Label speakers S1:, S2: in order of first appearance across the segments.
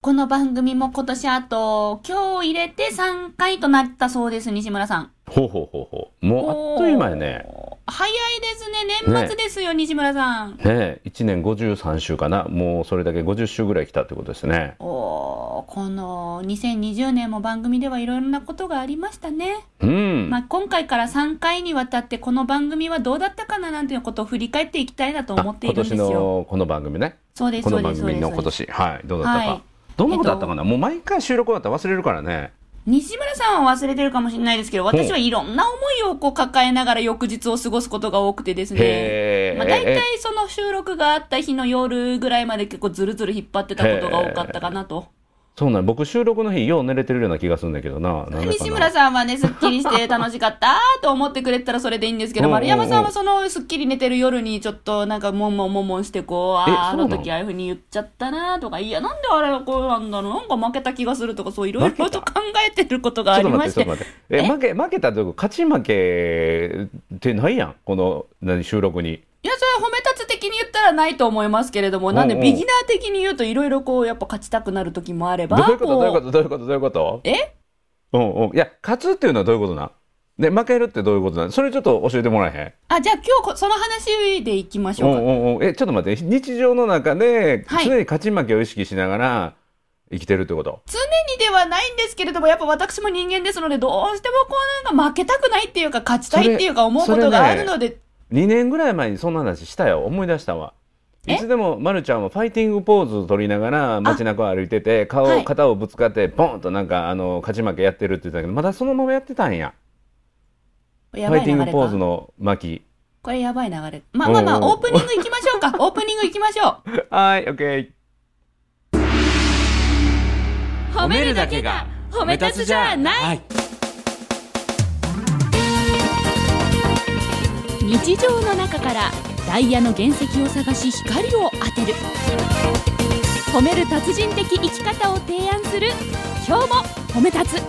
S1: この番組も今年あと、今日入れて3回となったそうです、西村さん。
S2: ほうほうほうほう。もうあっという間やね。
S1: おー。早いですね。年末ですよ、西村さん。
S2: ねえ、1年53週かな。もうそれだけ50週ぐらい来たってことですね。
S1: おーこの2020年も番組ではいろいろなことがありましたね。
S2: うん。
S1: まあ、今回から3回にわたってこの番組はどうだったかななんていうことを振り返っていきたいなと思ってい
S2: 今
S1: るんです
S2: 年
S1: よ。
S2: のこの番組ね。
S1: そうです、
S2: こ
S1: そう
S2: の
S1: で
S2: 番
S1: す、そうで
S2: 組
S1: す
S2: の
S1: そう
S2: 今
S1: です。
S2: 年。はい。どうだったか。
S1: はい
S2: どんなことだったかな、もう毎回収録終わったら忘れるからね。
S1: 西村さんは忘れてるかもしれないですけど、私はいろんな思いをこう抱えながら翌日を過ごすことが多くてですね。
S2: へえ。
S1: まあ、大体その収録があった日の夜ぐらいまで結構ずるずる引っ張ってたことが多かったかなと。
S2: そうなん僕収録の日よう寝れてるような気がするんだけどな。なんでかな
S1: 西村さんはね、すっきりして楽しかったと思ってくれたらそれでいいんですけど、
S2: うんうんう
S1: 丸
S2: ん
S1: 山さんはそのすっきり寝てる夜にちょっとなんかもんもんもんもんしてこう、
S2: え
S1: ああ、あ
S2: そうな
S1: の
S2: の
S1: 時ああいうふうに言っちゃったなとか、いや、なんであれはこうなんだろう、なんか負けた気がするとか、そういろいろ
S2: 負け
S1: と
S2: た
S1: 考えてることがあ
S2: ち
S1: り
S2: ょっと待
S1: ま
S2: って、
S1: し
S2: ちょ
S1: て
S2: っと。待って。え、負け、負けたというか、勝ち負けってないやん。この、何、収録に。
S1: いや、それは褒め立つ的に言ったらないと思いますけれども、なんで
S2: うんうん
S1: ビギナー的に言うといろいろこう、やっぱ勝ちたくなる時もあれ
S2: ど
S1: ば、
S2: ういうことどういうこ
S1: う、
S2: とどういうことどういうこと
S1: え
S2: うんうん。いや、勝つっていうのはどういうことなんで、負けるってどういうことなんそれちょっと教えてもらえ
S1: あ、じゃあ今日こその話でいきまし
S2: へん。う
S1: ょうか。
S2: んうんうん。え、ちょっと待って。日常の中で、
S1: はい
S2: 常に勝ち負けを意識しながら生きてるってこと。
S1: 常にではないんですけれども、やっぱ私も人間ですので、どうしてもこうなんか負けたくないっていうか、勝ちたいっていうか
S2: それ
S1: 思うことがあるので、
S2: 2年ぐらい前にそんな話したよ。思い出したわ。
S1: え
S2: いつでもまるちゃんはファイティングポーズを取りながら街中を歩いてて顔、
S1: はい
S2: 肩をぶつかってボンとなんかあの勝ち負けやってるって言ってたけどまだそのままやってたんや
S1: や
S2: フ
S1: ば
S2: ァイ
S1: い
S2: ティン
S1: 流
S2: グ
S1: れ
S2: ポーズ
S1: か。
S2: の巻
S1: これやばい流れ。まあまあま
S2: おう
S1: あ、
S2: おう
S1: オープニング行きましょうか。オープニング行きましょう。
S2: はい OK
S1: 褒
S2: い
S1: 日常の中からダイヤの原石を探し光を当てる褒める達人的生き方を提案する今日も褒め立つ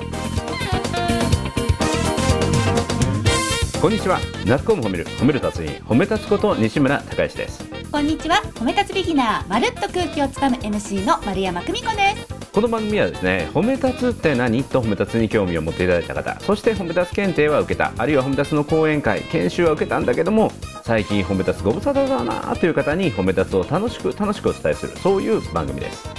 S2: こんにちはナッコも褒める褒める達人褒め立つこと西村孝之です
S1: こんにちは褒め立つビギナーまるっと空気をつかむ MC の丸山久美子です
S2: この番組はですね褒め立つって何と褒め立つに興味を持っていただいた方そして褒め立つ検定は受けたあるいは褒め立つの講演会研修は受けたんだけども最近褒め立つご無沙汰だなという方に褒め立つを楽しく楽しくお伝えするそういう番組です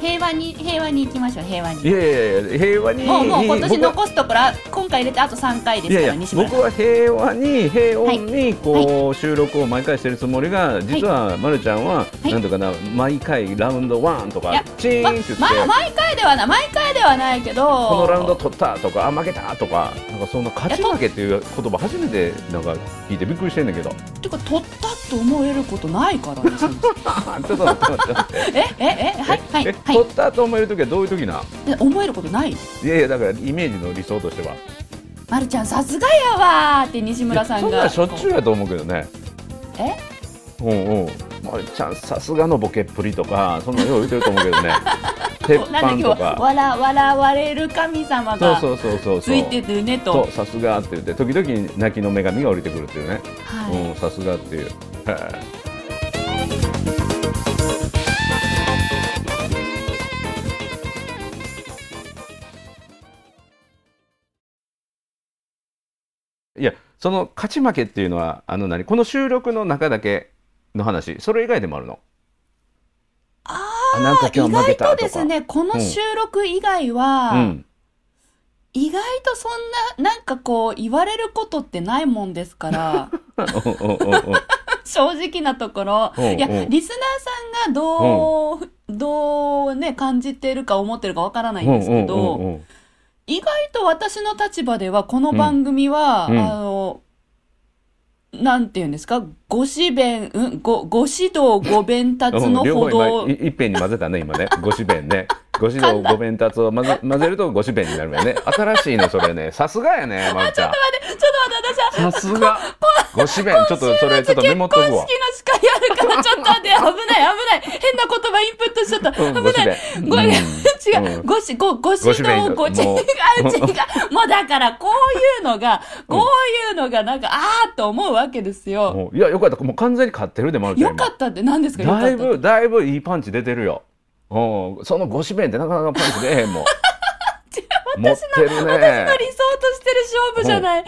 S1: 平和に平和に行きましょう平和
S2: い
S1: に
S2: やいやいや平和に
S1: もうもう今年
S2: 僕は
S1: 残すところ今回入れてあと3回ですか
S2: い
S1: ら
S2: やいや
S1: 西村さ
S2: 僕
S1: ん
S2: は平和に平穏にこう、収録を毎回してるつもりが実はまるちゃんは、
S1: い
S2: なんとかな毎回ラウンドワンと
S1: い
S2: か
S1: や
S2: チーンって言って
S1: まま毎回ではない毎回ではないけど
S2: このラウンド取ったとかあ負けたとかなんかそんな勝ち負けっていう言葉初めてなんか聞いてびっくりしてんだけどち
S1: てか取ったと思えることないから ね
S2: ょっと待ってちょっと待って
S1: えええはいはいは
S2: え
S1: い
S2: 取ったと思える時はどういう時なん
S1: え思えることない
S2: いやいやだからイメージの理想としては
S1: まるちゃんさすがやわーって西村さん
S2: そん
S1: が
S2: なんしょっちゅうやと思うけどね
S1: え
S2: うんうんまるちゃんさすがのボケっぷりとかそんなよう言ってると思うけ どね鉄
S1: なんだ
S2: 板
S1: っけ
S2: と
S1: わら
S2: か
S1: 笑われる神様
S2: そう
S1: が
S2: そうそうそう
S1: つ
S2: そう
S1: いてるね
S2: そ
S1: と
S2: うさすがって言って時々泣きの女神が降りてくるっていうね
S1: はい
S2: うん、さすがっていう。はいいや、その勝ち負けっていうのは、あの何、この収録の中だけの話、それ以外でもあるの。
S1: あ
S2: あ、なんか
S1: ー意外とですねこ
S2: う
S1: の
S2: ん
S1: 収録以外
S2: う
S1: は
S2: ん。
S1: 意外とそんななんかこう言われることってないもんですから
S2: おうおうおうおう
S1: 正直なところ
S2: うん
S1: いや
S2: うん
S1: リスナーさんがどうどうね感じてるか思ってるかわからないんですけど
S2: うんうんうんうん
S1: 意外と私の立場では、この番組は、
S2: うんうん
S1: あの、なんて言うんですか、ご指弁、うん、ご、ご指導、ご弁達
S2: うん
S1: の
S2: 両
S1: ほ
S2: 方
S1: ど、
S2: 今いいっぺんに混ぜたね今ねごし 弁ねご指導ご弁達を混ぜ混ぜるとごし弁になるよね新しいねそれねさすがやねまるちゃ
S1: ちょっ
S2: ん
S1: と待って、私は、
S2: さすがごし弁ちょっとそれちょっとメモっと
S1: 結婚
S2: く
S1: 式の
S2: わ
S1: 司会やるから、ちょっと待って、危ない、危ない。変な言葉インプットしちゃった。
S2: うん
S1: 危ない。ご
S2: ご
S1: め
S2: 指
S1: ん、
S2: 弁うん
S1: 違
S2: う
S1: う。
S2: ん
S1: ごし、ご、ご指
S2: ご指弁
S1: 導、ご、違う、違う
S2: もう。
S1: もうだから、こういうのが、こういうのが、なんか、あーっと思うわけですよ。
S2: もういやよかったもう完全に勝ってるでまるちゃ
S1: よ
S2: ん今
S1: かったって何ですかよかっ
S2: だ
S1: た
S2: い
S1: って。
S2: ぶだいぶいいパンチ出てるよおそのご指名ってなかなかパンチ出えへんもん持ってる
S1: 私の
S2: ね
S1: 理想としてる勝負じゃない。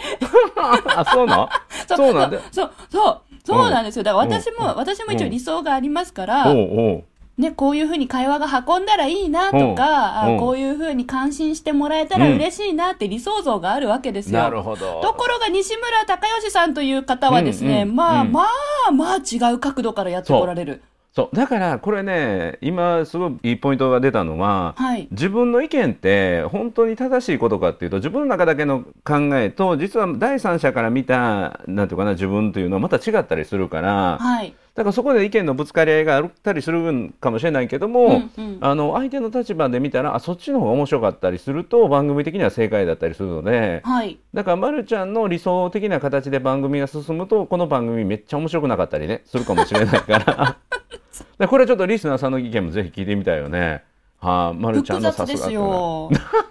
S2: あそう なんそうなんだ
S1: そう、そう、そうなんですよ。だから私も、
S2: うん
S1: 私も一応理想がありますか
S2: お
S1: ら、
S2: うおう
S1: ね、こういうふうに会話が運んだらいいなとか、
S2: うん
S1: あこういうふうに感心してもらえたら
S2: うん
S1: 嬉しいなって理想像があるわけですよ。
S2: なるほど
S1: ところが西村隆義さんという方はですね、
S2: うんうん
S1: まあ
S2: うん
S1: まあまあ違う角度からやってこられる。
S2: そうだからこれね今すごいいいポイントが出たのは
S1: はい。
S2: 自分の意見って本当に正しいことかっていうと自分の中だけの考えと実は第三者から見たなんていうかな自分というのはまた違ったりするから
S1: はい。
S2: だからそこで意見のぶつかり合いがあったりするんかもしれないけども、
S1: うんうん
S2: あの相手の立場で見たらあそっちの方が面白かったりすると番組的には正解だったりするので
S1: はい。
S2: だからまるちゃんの理想的な形で番組が進むとこの番組めっちゃ面白くなかったりねするかもしれないから だからこれちょっとリスナーさんの意見もぜひ聞いてみたいよね。はあ、まるちゃ
S1: 複
S2: んの
S1: 雑
S2: さす
S1: で
S2: がっ
S1: す
S2: ていうの
S1: よ。
S2: は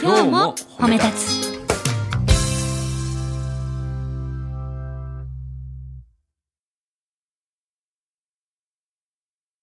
S2: 今日も褒め立
S1: つ。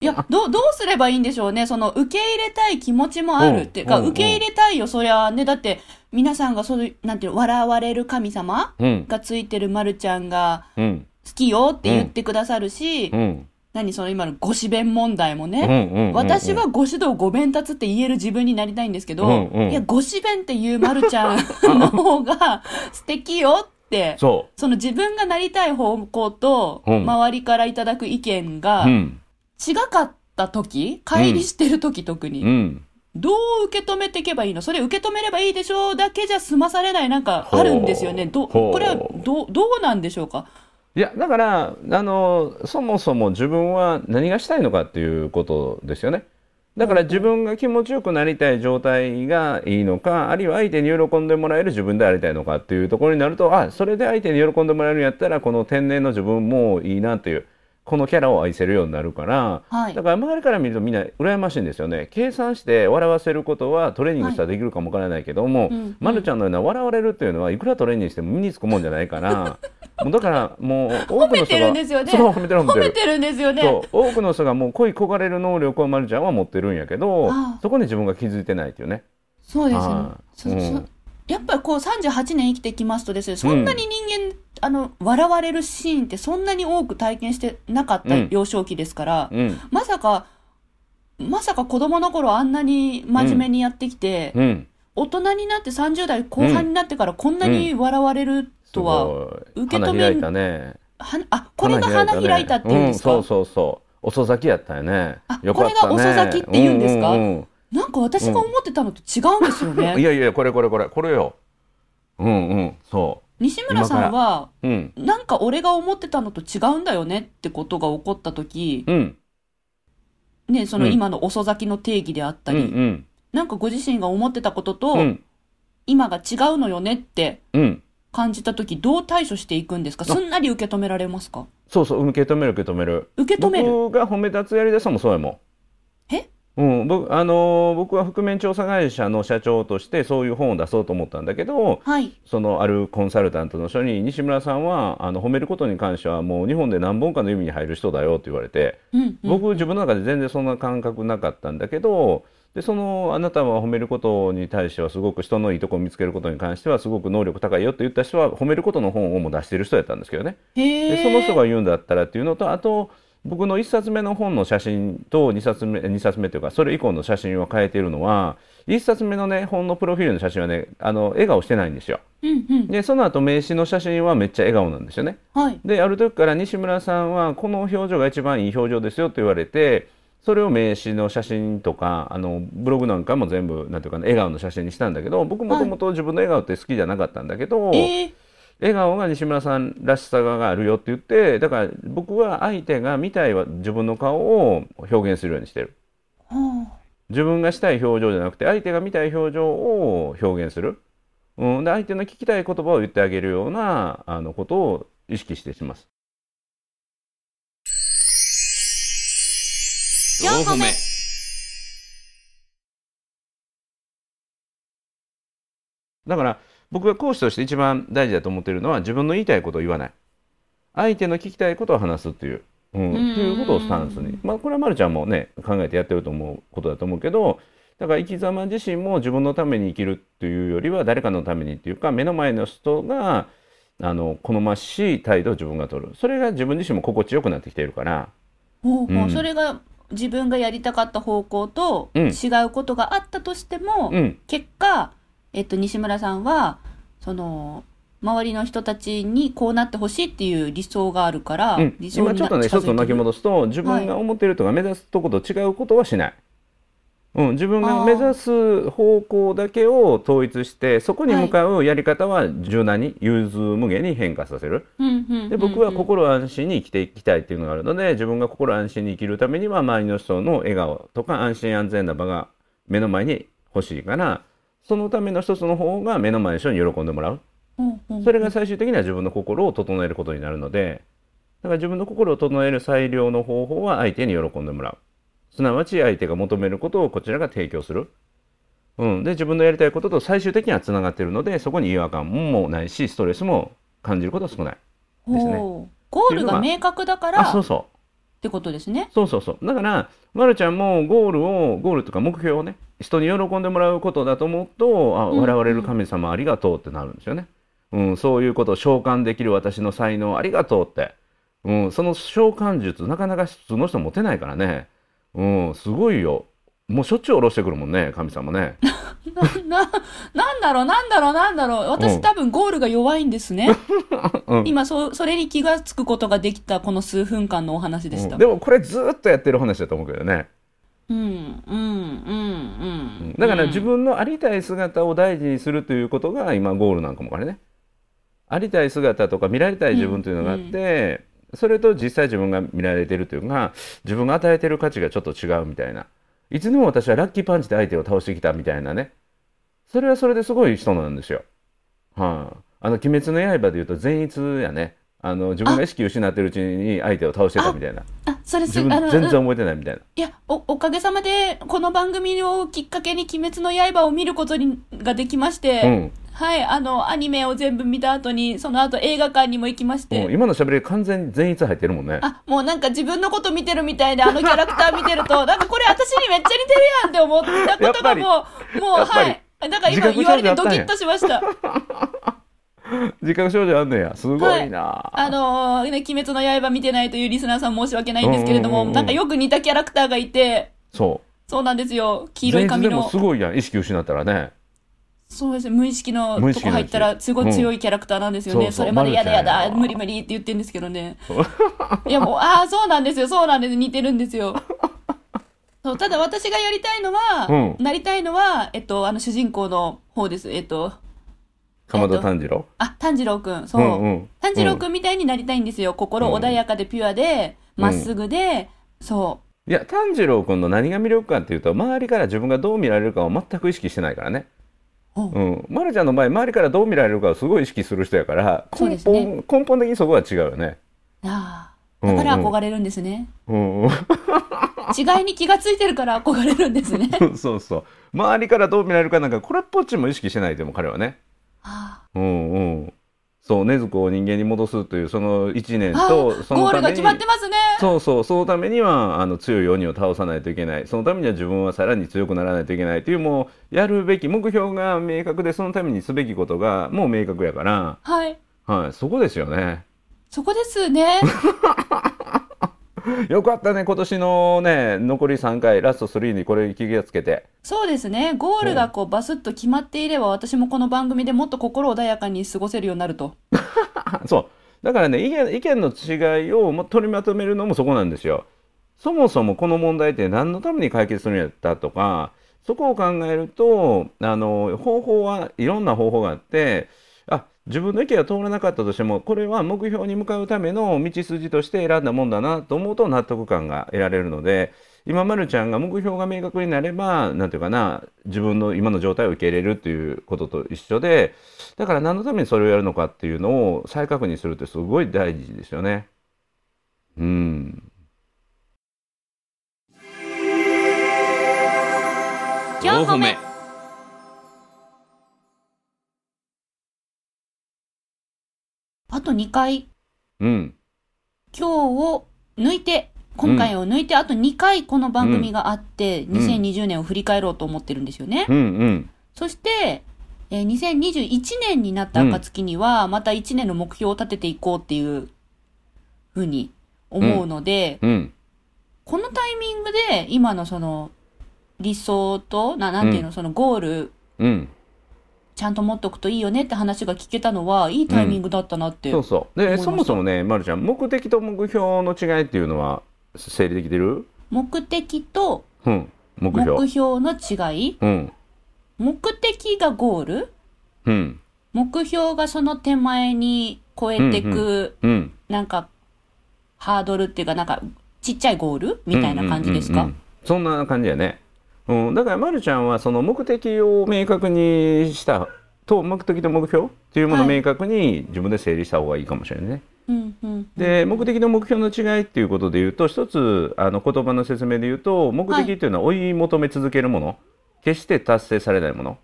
S1: いや、どう、どうすればいいんでしょうね。その、受け入れたい気持ちもあるっていうか、
S2: うんうん
S1: 受け入れたいよ、そりゃね。だって、皆さんがそういう、なんていうの、笑われる神様
S2: うん
S1: がついてるまるちゃんが、
S2: うん
S1: 好きよって言ってくださるし、
S2: うん
S1: 何その今のご指弁問題も
S2: うんう
S1: ね。
S2: んうんうん
S1: 私はご指導ご弁達って言える自分になりたいんですけど、
S2: うんうん
S1: いや、ご指弁っていうまるちゃんの方が素敵よって、そ
S2: そ
S1: の自分がなりたい方向と、
S2: うん
S1: 周りからいただく意見
S2: う
S1: が
S2: う、ん
S1: 違かった時、乖離してる時特に、
S2: うん
S1: どう受け止めていけばいいのそれ受け止めればいいでしょうだけじゃ済まされないなんかあるんですよね。ど、
S2: ほう
S1: これはどう、どうなんでしょうか
S2: いやだからあのそもそも自分は何がしたいのかっていうことですよね。だから自分が気持ちよくなりたい状態がいいのかあるいは相手に喜んでもらえる自分でありたいのかっていうところになるとあそれで相手に喜んでもらえるんやったらこの天然の自分もいいなっていうこのキャラを愛せるようになるから、
S1: はい
S2: だから周りから見るとみんな羨ましいんですよね計算して笑わせることはトレーニングしたらできるかもわからないけども、
S1: いうん
S2: まるちゃんのような笑われるっていうのはいくらトレーニングしても身につくもんじゃないから もうだからもう多くの人
S1: 褒
S2: が
S1: めてるんですよね
S2: そう褒めてる褒
S1: 褒
S2: め
S1: め
S2: てる
S1: てるんですよね。
S2: そう多くの人がもう恋焦がれる能力をまるちゃんは持ってるんやけど
S1: ああ
S2: そこに自分が気づいてないっていうね
S1: そうです
S2: は
S1: よ
S2: い
S1: そうそ
S2: ん
S1: やっぱりこう38年生きてきますとですね、そんなに人間、あの、笑われるシーンってそんなに多く体験してなかった
S2: うん
S1: 幼少期ですから、
S2: うん
S1: まさか、まさか子供の頃あんなに真面目にやってきて、
S2: うん
S1: 大人になって30代後半になってからこんなに笑われる
S2: す
S1: とは、
S2: ごい
S1: 受け止め
S2: 花開いたね
S1: はあ、これが花開いたっていうんですか、
S2: ねうん、そうそうそう遅咲きやったよね
S1: あ
S2: よかったね
S1: これが遅咲きって言うんですか
S2: うんうん
S1: なんか私が思ってたのと違うんですよ
S2: うんい
S1: ね。
S2: やいやこれこれこれこれようんうんそ
S1: 西村さんは、
S2: ううん
S1: なんか俺が思ってたのと違うんだよねってことが起こった時、
S2: うん
S1: ね、その
S2: うん
S1: 今の遅咲きの定義であった
S2: うんう
S1: り、
S2: ん
S1: なんかご自身が思ってたことと、
S2: うん
S1: 今が違うのよねって
S2: うん
S1: 感じた時、どう対処していくんですかすんなり受け止められますか
S2: そうそう、受け止める受け止める。
S1: 受け止める。
S2: 僕が褒め立つやりだしたのもそうやもん。
S1: え
S2: うん、僕、あのー僕は覆面調査会社の社長としてそういう本を出そうと思ったんだけど、
S1: はい。
S2: そのあるコンサルタントの人に西村さんはあの褒めることに関してはもう日本で何本かの意味に入る人だよって言われて、
S1: うん、うん。
S2: 僕自分の中で全然そんな感覚なかったんだけどでそのあなたは褒めることに対してはすごく人のいいとこを見つけることに関してはすごく能力高いよって言った人は褒めることの本をもう出してる人やったんですけどね。
S1: へ
S2: で
S1: ー
S2: その人が言うんだったらっていうのとあと僕の1冊目の本の写真と2冊目2冊目というかそれ以降の写真を変えているのは1冊目のね本のプロフィールの写真はねあの笑顔してないんですよ。
S1: うん、うん。
S2: でその後名刺の写真はめっちゃ笑顔なんですよね。
S1: はい。
S2: である時から西村さんはこの表情が一番いい表情ですよって言われてそれを名刺の写真とかあのブログなんかも全部なんていうかな笑顔の写真にしたんだけど僕もともと自分の笑顔って好きじゃなかったんだけど。
S1: えー、
S2: 笑顔が西村さんらしさがあるよって言ってだから僕は相手が見たいは自分の顔を表現するようにしてる
S1: はあ
S2: 自分がしたい表情じゃなくて相手が見たい表情を表現する、うん、で相手の聞きたい言葉を言ってあげるようなあのことを意識してします
S1: 4個目
S2: だから僕が講師として一番大事だと思っているのは自分の言いたいことを言わない相手の聞きたいことを話すっていう、うん、
S3: うん
S2: ということをスタンスに、まあ、これはまるちゃんもね考えてやってると思うことだと思うけどだから生き様自身も自分のために生きるっていうよりは誰かのためにっていうか目の前の人があの好ましい態度を自分が取るそれが自分自身も心地よくなってきているから
S1: ほうほう
S2: うん
S1: それが自分がやりたかった方向と
S2: うん
S1: 違うことがあったとしても、
S2: うん
S1: 結果、えっと、西村さんはその周りの人たちにこうなってほしいっていう理想があるから、
S2: うん、
S1: 理想
S2: 今
S1: に
S2: ちょ
S1: な
S2: っとね
S1: 近づい
S2: 一つ
S1: てる
S2: 巻き戻すと自分が思っているとか目指すとこと違うことはしない、うん、自分が目指す方向だけを統一してそこに向かうやり方は柔軟に融通無限に変化させる
S1: うんうんうんうん
S2: で僕は心安心に生きていきたいっていうのがあるので自分が心安心に生きるためには周りの人の笑顔とか安心安全な場が目の前に欲しいからそのための一つの方が目の前の人に喜んでもらう
S1: ほうほう
S2: それが最終的には自分の心を整えることになるのでだから自分の心を整える最良の方法は相手に喜んでもらうすなわち相手が求めることをこちらが提供する、うん、で自分のやりたいことと最終的にはつながっているのでそこに違和感もないしストレスも感じることは少ないですね
S1: ほうゴールが明確だから
S2: あそう
S1: っ
S2: そう
S1: てことですね。
S2: そうそうそう。だから、ま、るちゃんもゴールを、ゴールとか目標をね、人に喜んでもらうことだと思うと、あ、
S1: うん
S2: 笑われる神様ありがとうってなるんですよね。うん、そういうことを召喚できる私の才能ありがとうって。うん、その召喚術、なかなか普通の人持てないからね。うん、すごいよ。もうしょっちゅう下ろしてくるもんね、神様ね。
S1: な、なんだろう、なんだろう、なんだろう。
S2: う
S1: 私
S2: ん
S1: 多分ゴールが弱いんですね。
S2: う ん
S1: 今、そ、それに気がつくことができたこの数分間のお話でした。
S2: うんでもこれずっとやってる話だと思うけどね。
S1: うん、うん、うん、うん。
S2: だから
S1: うん
S2: 自分のありたい姿を大事にするということが今ゴールなんかもあれねありたい姿とか見られたい自分というのがあって、それと実際自分が見られてるというか自分が与えてる価値がちょっと違うみたいないつにも私はラッキーパンチで相手を倒してきたみたいなねそれはそれですごい人なんですよ。はい、あの「鬼滅の刃」でいうと善逸やねあの自分が意識失ってるうちに相手を倒してたみたいな
S1: あ、それす、
S2: 自
S1: あ
S2: 分
S1: の、
S2: 全然
S1: うん
S2: 覚えてないみたいな。
S1: いや、お、おかげさまで、この番組をきっかけに鬼滅の刃を見ることに、ができまし
S2: う
S1: て、
S2: ん
S1: はい、あの、アニメを全部見た後に、その後映画館にも行きまし
S2: も
S1: て
S2: う、今のしゃべり完全に善逸入ってるもんね。
S1: あ、もうなんか自分のこと見てるみたいで、あのキャラクター見てる と、なんかこれ私にめっちゃ似てるやんって思ったことがもう、もう、
S2: やっぱ
S1: は
S2: り
S1: い。だから
S2: 自
S1: 今
S2: 覚
S1: 言われ
S2: 症
S1: て
S2: 状あ
S1: ド
S2: ったん
S1: キ
S2: や
S1: ッとしました。
S2: 自覚症状あんのやすごいな、
S1: あのーね、鬼滅の刃見てないというリスナーさん申し訳ないんですけれど
S2: うんうんうん
S1: も、
S2: うん
S1: なんかよく似たキャラクターがいて、
S2: そう
S1: そうなんですよ。黄色い
S2: 前
S1: 髪
S2: 日でも
S1: の
S2: す。ごいやん意識失ったらね
S1: そうですね。無意識の
S2: 無意
S1: と
S2: 識
S1: こ
S2: の
S1: 入
S2: やつ
S1: ったら、すごい強いキャラクターなんですよ
S2: うん
S1: ね。
S2: そうそう
S1: それまでやだや
S2: まるちゃ
S1: だ、
S2: んや
S1: 無理無理って言ってるんですけどね。いやもう、ああ、そうなんですよ、そうなんです、似てるんですよ。そうただ私がやりたいのは、
S2: うん
S1: なりたいのは、えっと、あの主人公の方です。えっと、
S2: 鎌田炭治郎、
S1: あ、炭治郎くん、そう。
S2: うんうん
S1: 炭治郎くんみたいになりたいんですよ。心
S2: うん
S1: 穏やかでピュアで、
S2: うん
S1: まっすぐで、そ
S2: いや炭治郎君の何が魅力かっていうと周りから自分がどう見られるかを全く意識してないからね
S1: うん
S2: うん、まるちゃんの場合周りからどう見られるかをすごい意識する人やから
S1: そう
S2: 根
S1: です
S2: 本,、
S1: ね
S2: 根本的にそこは違うよね、
S1: う。ああ。
S2: うんう
S1: だ
S2: ん
S1: から憧れるんですね。
S2: うん、
S1: 違いに気がついてるから憧れるん ですね。
S2: そうそう周りからどう見られるかなんかこれっぽっちも意識してないでも彼はね
S1: あ
S2: うんうんそう禰豆子を人間に戻すというその1年
S1: ーあ
S2: と
S1: ー、
S2: その
S1: ゴー
S2: た
S1: ル
S2: め
S1: が
S2: に
S1: 決まってますね。
S2: そうそう、そのためにはあの強い鬼を倒さないといけない、そのためには自分はさらに強くならないといけないという、もうやるべき、目標が明確で、そのためにすべきことがもう明確やから、
S1: はい。
S2: はい、そこですよね。
S1: そこですね。
S2: よかったね、今年のね、残り3回、ラスト3にこれ、気がつけて。
S1: そうですね。ゴールがこうバスッと決まっていれば、私もこの番組でもっと心穏やかに過ごせるようになると。
S2: あそう、だからね、意見意見の違いをもう取りまとめるのもそこなんですよ。そもそもこの問題って何のために解決するんやったとかそこを考えるとあの方法はいろんな方法があってあ自分の意見が通らなかったとしてもこれは目標に向かうための道筋として選んだもんだなと思うと納得感が得られるので今まるちゃんが目標が明確になれば何ていうかな自分の今の状態を受け入れるっていうことと一緒でだから何のためにそれをやるのかっていうのを再確認するってすごい大事ですよね。うん
S3: 4
S2: 4
S3: 歩
S2: 歩
S3: 目
S2: 目
S1: あと2回、
S2: うん
S1: 今日を抜いて、今回を抜いて、あと2回この番組があって、
S2: ん
S1: 2020年を振り返ろうと思ってるんですよね。
S2: うんうん
S1: そして、えー2021年になった暁には、また1年の目標を立てていこうっていうふうに思うので、
S2: うん
S1: このタイミングで、今のその、理想と、な、なんていうの、そのゴール、
S2: うん
S1: ちゃんと持っておくといいよねって話が聞けたのは、いいタイミングだったなって。
S2: そうそうで
S1: ました
S2: そもそもね、ま、るちゃん目的と目標の違いっていうのは整理できてる
S1: 目的と
S2: うん目
S1: 目
S2: 標
S1: 標の違い
S2: うん
S1: 目的がゴール
S2: うん
S1: 目標がその手前に超えていく、
S2: うんうん
S1: なんか、ハードルっていうか、なんか、ちっちゃいゴールみたいな感じですか、
S2: うんうんうんうんそんな感じやね、うん、だからまるちゃんはその目的を明確にしたと目的と目標っていうものを
S1: はい
S2: 明確に自分で整理した方がいいかもしれないね、
S1: うんうん
S2: で目的と目標の違いっていうことで言うと一つあの言葉の説明で言うと目的っていうのは追い求め続けるもの、決して達成されないもの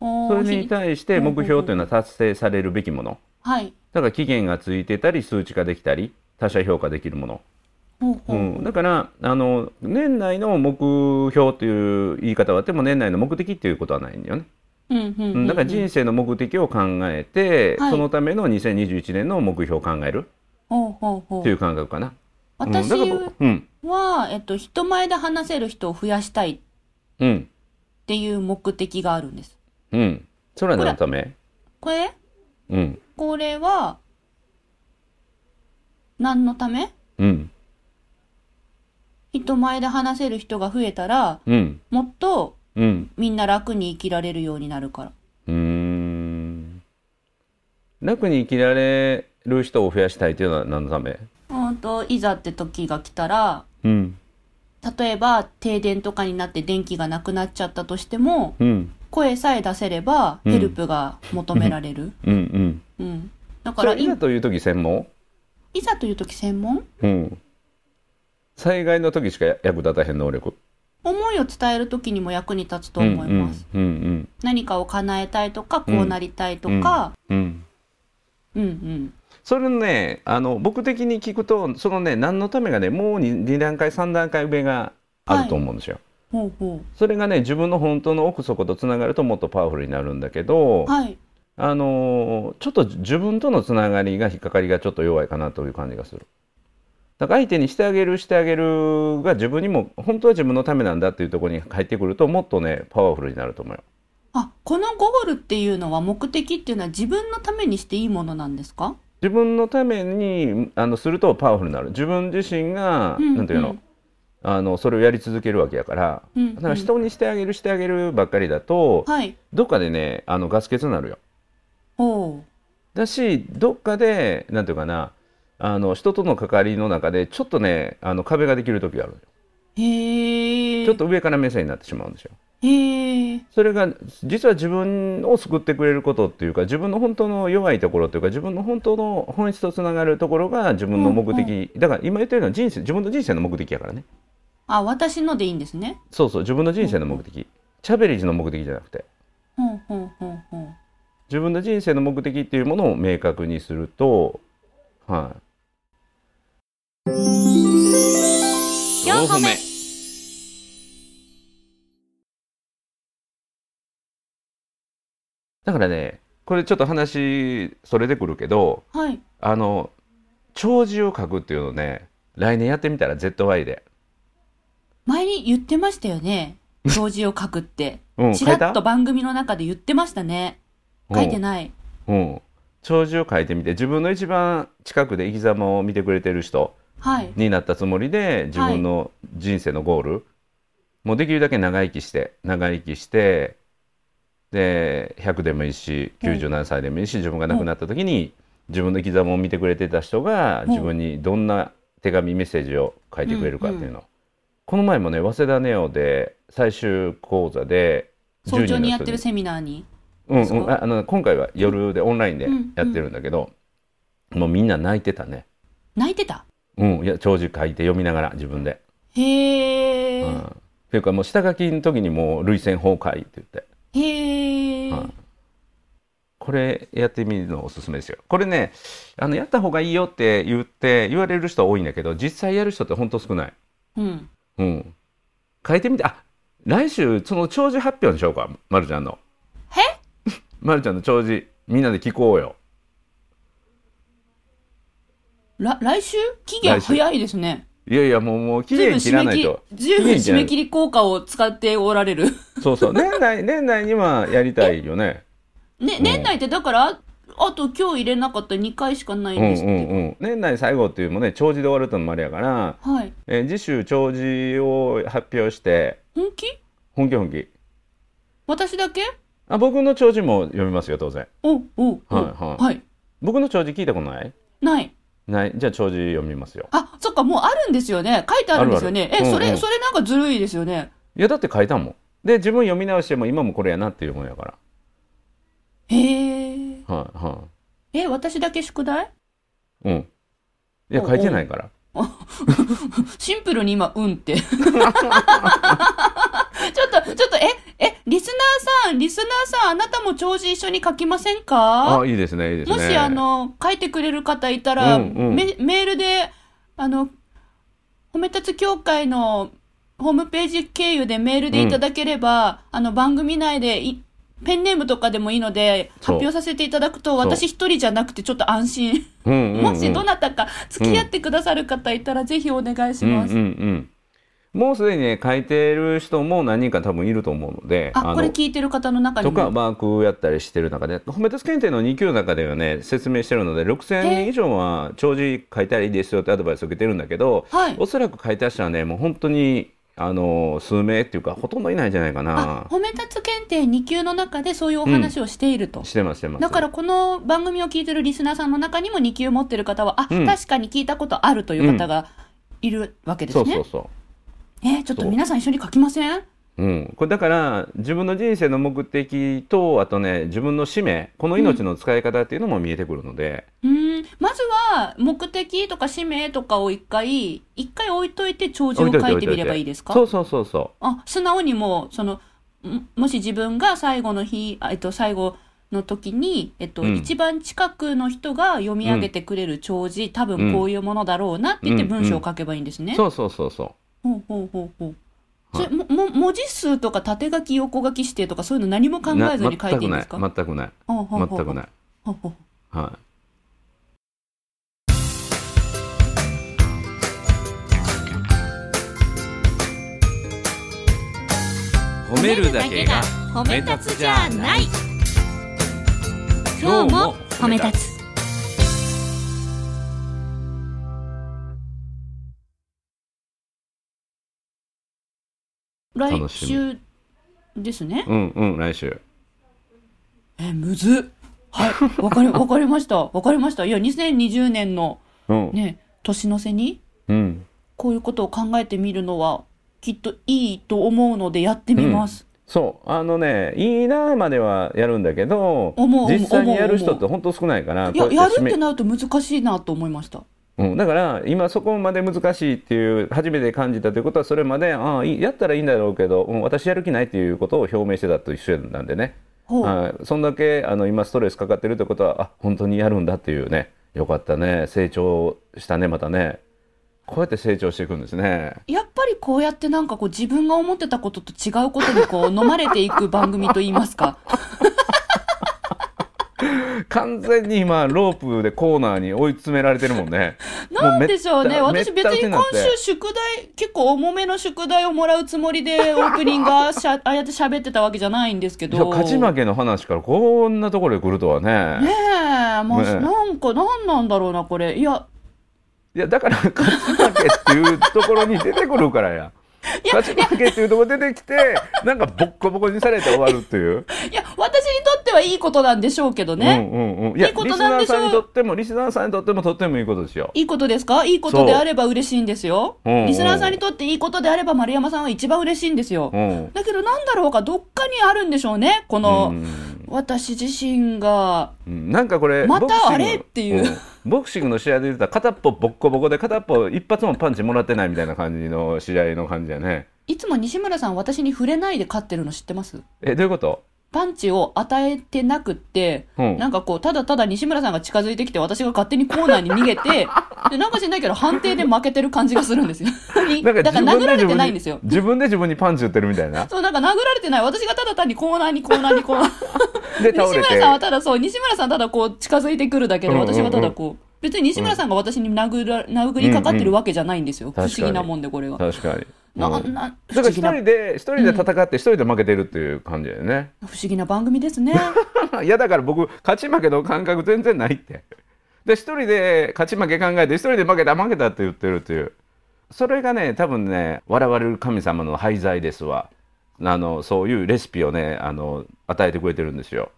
S1: お
S2: そ
S1: ー
S2: れに対して目標というのは達成されるべきもの
S1: はい。
S2: だから期限がついてたり数値化できたり他者評価できるもの
S1: ほうほう
S2: うん、だからあの年内の目標という言い方はあっても年内の目的っていうことはないんだよね、
S1: うんうんうん
S2: う、
S1: うんん
S2: だから人生の目的を考えて、
S1: はい
S2: そのための2021年の目標を考える
S1: ほうほうほ
S2: っていうう感覚かな、うん、
S1: 私
S2: だから
S1: は
S2: 僕、うん
S1: えっと、人前で話せる人を増やしたいっ
S2: うん
S1: ていう目的があるんです。
S2: うんそれは何のため
S1: これ
S2: うん
S1: これは、何のため
S2: うん
S1: 人前で話せる人が増えたら、
S2: うん
S1: もっと
S2: うん
S1: みんな楽に生きられるようになるから。
S2: うーん楽に生きられる人を増やしたいというのは何のため
S1: うんと、いざって時が来たら、
S2: うん
S1: 例えば停電とかになって電気がなくなっちゃったとしても
S2: うん
S1: 声さえ出せれば
S2: うん
S1: ヘルプが求められる、
S2: うんうん
S1: うんだか
S2: そ
S1: ら
S2: れ
S1: いい
S2: いざという時専門
S1: いざという時専門
S2: うん。災害の時しか役立たへん能力。
S1: 思いを伝える時にも役に立つと思います、
S2: うんうん
S1: 何かを叶えたいとかこ
S2: うん
S1: うなりたいとか、
S2: うん。う
S1: うん、
S2: ん。
S1: うん
S2: それのね、あの僕的に聞くと、そのね、何のためがね、もうに二段階、三段階上があると思うんですよ。
S1: ほうほ
S2: それがね、自分の本当の奥底とつながるともっとパワフルになるんだけど、
S1: うはい
S2: あのーちょっと自分とのつながりが引っかかりがちょっと弱いかなという感じがする。だから相手にしてあげるしてあげるが自分にも本当は自分のためなんだっていうところに入ってくるともっとねパワフルになると思うよ。
S1: あこのゴールっていうのは目的っていうのは自分のためにしていいものなんですか
S2: 自分のためにあのするとパワフルになる自分自身が、
S1: うん
S2: なんていうの,、
S1: うん
S2: あのそれをやり続けるわけやから、
S1: うん
S2: だから人にしてあげるしてあげるばっかりだと、
S1: はい
S2: どっかでねあのガス欠になるよ
S1: ほ
S2: だしどっかでなんていうかなあの人との関わりの中でちょっとねあの壁ができる時があるのよ
S1: うへえ
S2: ちょっと上から目線になってしまうんですよ
S1: へえ
S2: それが実は自分を救ってくれることっていうか自分の本当の弱いところというか自分の本当の本質とつながるところが自分の目的、だから今言ってるのは人生自分の人生の目的やからね
S1: あ私のでいいんですね
S2: そうそう自分の人生の目的、チャベリーズの目的じゃなくて
S1: ほうほうほうほう
S2: 自分の人生の目的っていうものを明確にするとはい
S3: 4歩目
S2: だからねこれちょっと話それてくるけど
S1: はい
S2: あの弔辞を書くっていうのね来年やってみたら ZY で、
S1: 前に言ってましたよね。表示を書く って。
S2: うん、
S1: ち
S2: 書い
S1: ら
S2: た
S1: っと番組の中で言ってましたね。書いてない。
S2: うん、弔辞を書いてみて自分の一番近くで生き様を見てくれてる人
S1: はい。
S2: になったつもりで自分の人生のゴール、もうできるだけ長生きして長生きしてで100でもいいし90何歳でもいいし自分が亡くなった時に自分の生き様を見てくれてた人が
S1: うん
S2: 自分にどんな手紙メッセージを書いてくれるかっていうの、この前もね早稲田ネオで最終講座で
S1: 早朝にやっ
S2: 人
S1: てるセミナーに。
S2: うん
S1: そう
S2: うん、ああの今回は夜でオンラインでやってるんだけど、もうみんな泣いてたね、
S1: 泣いてた。
S2: うん、いや長寿書いて読みながら自分で。
S1: へ
S2: うん
S1: ー。
S2: っていうかもう下書きの時にもう涙腺崩壊って言って、
S1: へー。
S2: うんこれやってみるのおすすめですよ。これね、あのやった方がいいよって言って言われる人は多いんだけど、実際やる人って本当少ない。
S1: うん。
S2: うん。変えてみて、あ、来週その長寿発表にしようか、まるちゃんの。
S1: え
S2: まるちゃんの長寿、みんなで聞こうよ。
S1: ら来週期限
S2: 来週
S1: 早いですね。
S2: いやいや、もう、もう期
S1: 随分
S2: 限切ら
S1: 締
S2: な
S1: め
S2: い
S1: 切り
S2: と。、
S1: 随分締め切り効果を使っておられる。
S2: そうそう、年内、年内にはやりたいよ ね。
S1: ね、
S2: ん
S1: 年内ってだから、あと今日入れなかった2回しかないん
S2: うん
S1: です
S2: う
S1: って。
S2: んうん。年内最後っていうのもね、長寿で終わるとのもあれやから、
S1: はい。
S2: えー次週長寿を発表して、
S1: 本気
S2: 本気本気。
S1: 私だけ
S2: あ、僕の長寿も読みますよ、当然。
S1: おおお
S2: はいはい
S1: はい。
S2: 僕の長寿聞いたことない
S1: ない。
S2: ない。じゃあ長寿読みますよ。
S1: あ、そっか、もうあるんですよね。書いてあるんですよね。
S2: あるある
S1: え、それ、
S2: うんうん
S1: それなんかずるいですよね。
S2: いや、だって書いたもん。で、自分読み直しても今もこれやなっていうもんやか
S1: へえ。
S2: ら。はいは
S1: え、私だけ宿題
S2: い。うん。いや、
S1: お
S2: 書いてないから。
S1: シンプルに今、うん って。ちょっと、ちょっと、え、え、リスナーさん、リスナーさん、あなたも長寿一緒に書きませんか
S2: あ、いいですね、いいですね。
S1: もし、あ、の、書いてくれる方いたら、
S2: うんうん
S1: メメールで、あの、褒め立つ協会のホームページ経由でメールでいただければ、あの、番組内でい、ペンネームとかでもいいので、発
S2: そう
S1: 表させていただくと、
S2: そう
S1: 私一人じゃなくてちょっと安心。
S2: うんうんうん、
S1: もしどなたか付き合ってくださる方いたら、ぜひお願いします。
S2: うんうんうん、もうすでにね書いてる人も何人か多分いると思うので
S1: あ、
S2: の
S1: これ聞いてる方の中に
S2: とか
S1: も。
S2: ワークやったりしてる中で褒め立つ検定の2級の中ではね説明してるので6,000人以上は長寿書いたらいいですよってアドバイスを受けてるんだけど、
S1: はい
S2: おそらく書いた人はねもう本当にあの数名っていうかほとんどいないんじゃないか
S1: あ
S2: な、
S1: 褒め立つ検定2級の中でそういうお話をしていると。
S2: してますしてます
S1: だからこの番組を聞いてるリスナーさんの中にも2級持ってる方は、あ、
S2: うん
S1: 確かに聞いたことあるという方がいるわけです
S2: そ
S1: ね。
S2: うそうそ
S1: えーちょっと皆さん一緒に書きません
S2: う、うん、これだから自分の人生の目的とあとね自分の使命この命の使い方っていうのも見えてくるので、
S1: うーん。まずは、目的とか使命とかを一回、一回置いといて長寿を書いてみればいいですか
S2: そうそうそうそう
S1: あ、素直にもう、その、んもし自分が最後の日、あえっと、最後の時に、えっと、
S2: うん
S1: 一番近くの人が読み上げてくれる長寿、多分こういうものだろうなって言って
S2: うん
S1: 文章を書けばいいんですね。
S2: そうそうそうそ
S1: ほうほうほうほう。そ
S2: は
S1: れ、
S2: い
S1: も、も、文字数とか縦書き、横書き指定とかそういうの何も考
S2: う。
S1: えずに書いていいんですか
S2: な全くない。
S1: ほうほう
S2: 全
S1: ほう
S2: くない。全くない。
S1: ほうほうほ
S2: は
S3: う
S2: い。褒めるだけが
S3: 褒
S2: め立つじゃない
S3: 今日も褒め立
S2: つ。
S3: つ
S1: う来
S2: 楽しみ
S1: 週ですね。
S2: うんうん来週。
S1: え、むずっ。はい。わかり、わかりました。わかりました。いや、2020年の
S2: うん、
S1: ね、年の瀬に、
S2: うん。
S1: こういうことを考えてみるのは、きっといいと思うのでやってみます。
S2: そうあのねいいなーまではやるんだけど
S1: 思う
S2: 実際にやる人
S1: 思う
S2: って本当少ないから
S1: いや、
S2: こう
S1: や
S2: やっ
S1: る
S2: て締
S1: っ
S2: め
S1: てなると難しいなと思いました。
S2: うん、だから今そこまで難しいっていう初めて感じたということはそれまでああいいやったらいいんだろうけど、うん、私やる気ないっていうことを表明してたと一緒なんでね
S1: ほう。
S2: はい、そんだけあの今ストレスかかってるってことはあ本当にやるんだっていうねよかったね成長したねまたねこうやって成長していくんですね
S1: やっぱりこうやってなんかこう自分が思ってたことと違うことにこう飲まれていく番組といいます か。
S2: 完全に今ロープでコーナーに追い詰められてるもんね
S1: なんでしょうね。
S2: もうめっち
S1: 私
S2: ゃ
S1: 別に今
S2: めっちゃ
S1: 週宿題、結構重めの宿題をもらうつもりでオープニングがしゃああやって喋ってたわけじゃないんですけ
S2: い
S1: ど。
S2: や勝ち負けの話からこんなところで来るとは
S1: ね
S2: ね
S1: え、まあ、
S2: ねえ
S1: なんか何なんだろうな、これ。いや、
S2: いやだから勝ち負けっていうところに出てくるからや勝ち負けっていうところ出てきてなんかボッコボコにされて終わるっていう。
S1: いや、私にとってはいいことなんでしょうけどね。
S2: うんうんうん、いや
S1: いいこ
S2: リ
S1: と
S2: ス
S1: なん
S2: ナ
S1: で
S2: ー
S1: しょう
S2: さんにとってもリスナーさんにとってもとってもいいことですよ。
S1: いいことですかいいことであれば嬉しいんですよ。
S2: そううんうん
S1: リスナーさんにとっていいことであれば丸山さんは一番嬉しいんですよ。
S2: うん
S1: だけどなんだろうか、どっかにあるんでしょうね。この、私自身が、
S2: うんなんかこれ
S1: また
S2: ボクシング
S1: あれっていうん
S2: ボクシングの試合で言うと片っぽボッコボコで片っぽ一発もパンチもらってないみたいな感じの試合の感じやね
S1: いつも西村さん私に触れないで勝ってるの知ってます
S2: えどういうこと
S1: パンチを与えてなくって、
S2: うん
S1: なんかこう、ただただ西村さんが近づいてきて、私が勝手にコーナーに逃げ て、で、なんか知んないけど、判定で負けてる感じがするんですよ。だから殴られてないんですよ。
S2: 自分で自分にパンチ打ってるみたいな。
S1: そう、なんか殴られてない。私がただ単にコーナーにコーナーにコーナー。
S2: で、倒
S1: 西
S2: れ
S1: 村
S2: て。
S1: さんはただそう、西村さんただこう、近づいてくるだけで、
S2: うんうんうん
S1: 私はただこう、別に西村さんが私に殴ら、殴りかかってるわけじゃないんですよ。
S2: ん
S1: 不思議なもんで、これは。
S2: 確かに。
S1: な、
S2: うん
S1: な、不
S2: だか
S1: 思
S2: ら一
S1: 議な、
S2: 人で、一人で戦って一人で負けてるっていう感じだよね。
S1: 不思議な番組ですね。
S2: いやだから僕、勝ち負けの感覚全然ないって。で、一人で勝ち負け考えて、一人で負けた、負けたって言ってるっていう。それがね、多分ね、笑われる神様の廃材ですわ。あの、そういうレシピをね、あの、与えてくれてるんですよ。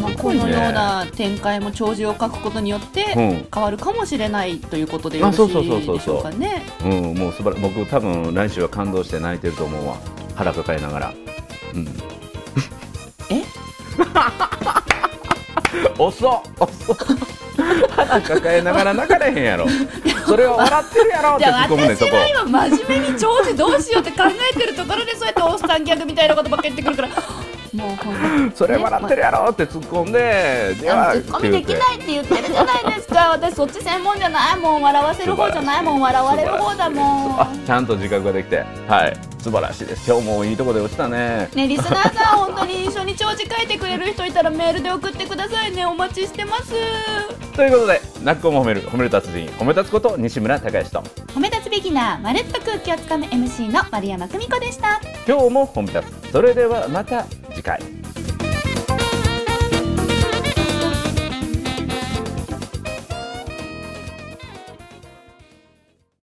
S1: まあ、このような展開も長寿を書くことによって
S2: うん
S1: 変わるかもしれないということでよろしいでしょうかね。
S2: うん、もう素晴ら僕多分来週は感動して泣いてると思うわ腹抱えながらうん
S1: え
S2: 遅っ遅っ腹抱えながら泣かれへんやろそれは笑ってるやろって
S1: じ
S2: 突
S1: ゃ
S2: っ
S1: あ
S2: 込むねん
S1: 私
S2: そこ
S1: は今真面目に長寿どうしようって考えてるところでそうやってオースタンギャグみたいなことばっかり言ってくるからもうほん
S2: それ笑ってるやろって突っ込んでで
S1: ま
S2: は
S1: あツッコミできないって言ってるじゃないですか 私そっち専門じゃないもん笑わせる方じゃないもん笑われる方だも
S2: あ
S1: ん。
S2: ちゃんと自覚ができてはい素晴らしいです今日もいいとこで落ちたね
S1: ね、リスナーさん、本当に一緒に長寿書いてくれる人いたらメールで送ってくださいね。お待ちしてます。
S2: ということで泣く子も褒める褒める達人褒め立つこと西村孝之と
S1: 褒め立つべきなまるっと空気をつかむ MC の丸山久美子でした
S2: 今日も褒め立つそれではまた次回